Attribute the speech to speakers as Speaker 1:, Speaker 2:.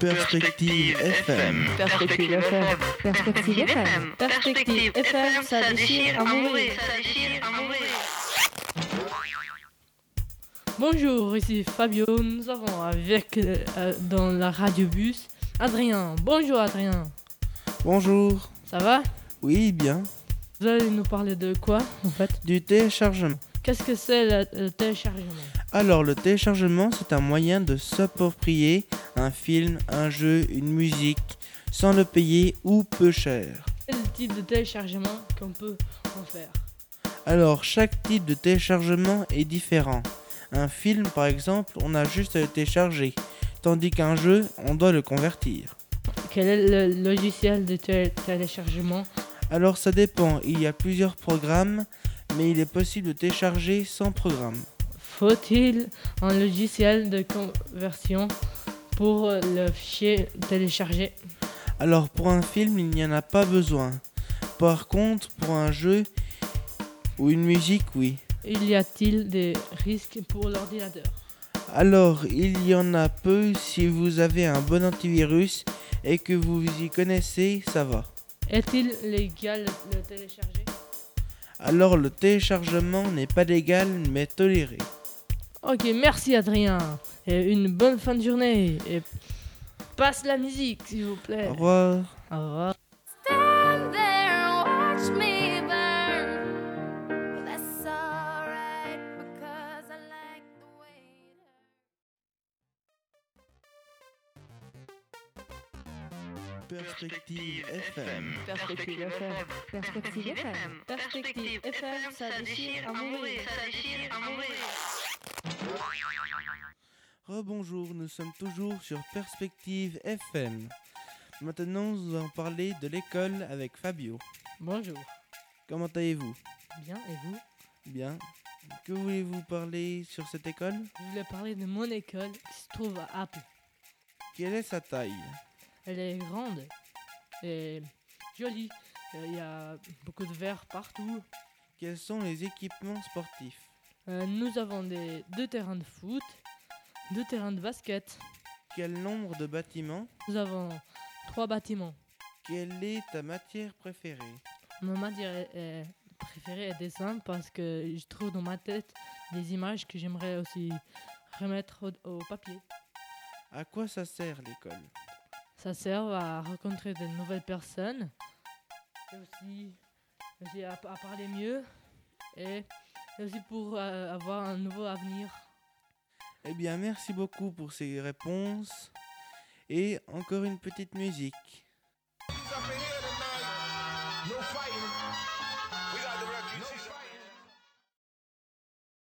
Speaker 1: Perspective FM.
Speaker 2: Perspective FM.
Speaker 3: Perspective FM.
Speaker 4: Perspective FM, ça déchire à mourir.
Speaker 5: Bonjour, ici Fabio. Nous avons avec euh, dans la radio bus Adrien. Bonjour Adrien,
Speaker 1: Bonjour.
Speaker 5: ça va
Speaker 1: Oui, bien.
Speaker 5: Vous allez nous parler de quoi en fait
Speaker 1: Du téléchargement.
Speaker 5: Qu'est-ce que c'est le, le téléchargement
Speaker 1: Alors, le téléchargement, c'est un moyen de s'approprier un film, un jeu, une musique, sans le payer ou peu cher.
Speaker 5: Quel type de téléchargement qu'on peut en faire
Speaker 1: Alors, chaque type de téléchargement est différent. Un film, par exemple, on a juste à le télécharger, tandis qu'un jeu, on doit le convertir.
Speaker 5: Quel est le logiciel de télé- téléchargement
Speaker 1: Alors ça dépend, il y a plusieurs programmes, mais il est possible de télécharger sans programme.
Speaker 5: Faut-il un logiciel de conversion pour le fichier téléchargé
Speaker 1: Alors pour un film, il n'y en a pas besoin. Par contre, pour un jeu ou une musique, oui.
Speaker 5: Y a-t-il des risques pour l'ordinateur
Speaker 1: Alors, il y en a peu si vous avez un bon antivirus et que vous vous y connaissez, ça va.
Speaker 5: Est-il légal de le télécharger
Speaker 1: Alors le téléchargement n'est pas légal mais toléré.
Speaker 5: Ok, merci Adrien. Et une bonne fin de journée. Et passe la musique, s'il vous plaît.
Speaker 1: Au revoir.
Speaker 5: Au revoir.
Speaker 3: Stand there and watch me burn. Well, that's alright because I like the way it hurts.
Speaker 1: Perspective FM.
Speaker 2: Perspective FM.
Speaker 3: Perspective FM.
Speaker 4: Perspective FM, ça déchire à mourir. Ça déchire à mourir.
Speaker 1: Rebonjour, nous sommes toujours sur Perspective FM. Maintenant, nous allons parler de l'école avec Fabio.
Speaker 5: Bonjour.
Speaker 1: Comment allez-vous
Speaker 5: Bien, et vous
Speaker 1: Bien. Que voulez-vous parler sur cette école
Speaker 5: Je voulais parler de mon école qui se trouve à Apple.
Speaker 1: Quelle est sa taille
Speaker 5: Elle est grande et jolie. Euh, Il y a beaucoup de verre partout.
Speaker 1: Quels sont les équipements sportifs
Speaker 5: Euh, nous avons des, deux terrains de foot, deux terrains de basket.
Speaker 1: Quel nombre de bâtiments
Speaker 5: Nous avons trois bâtiments.
Speaker 1: Quelle est ta matière préférée
Speaker 5: Ma matière est- est préférée est dessin parce que je trouve dans ma tête des images que j'aimerais aussi remettre au, au papier.
Speaker 1: À quoi ça sert l'école
Speaker 5: Ça sert à rencontrer de nouvelles personnes et aussi, aussi à, à parler mieux et, et aussi pour euh, avoir un nouveau avenir.
Speaker 1: Eh bien, merci beaucoup pour ces réponses. Et encore une petite musique.
Speaker 6: up in here tonight. No fighting.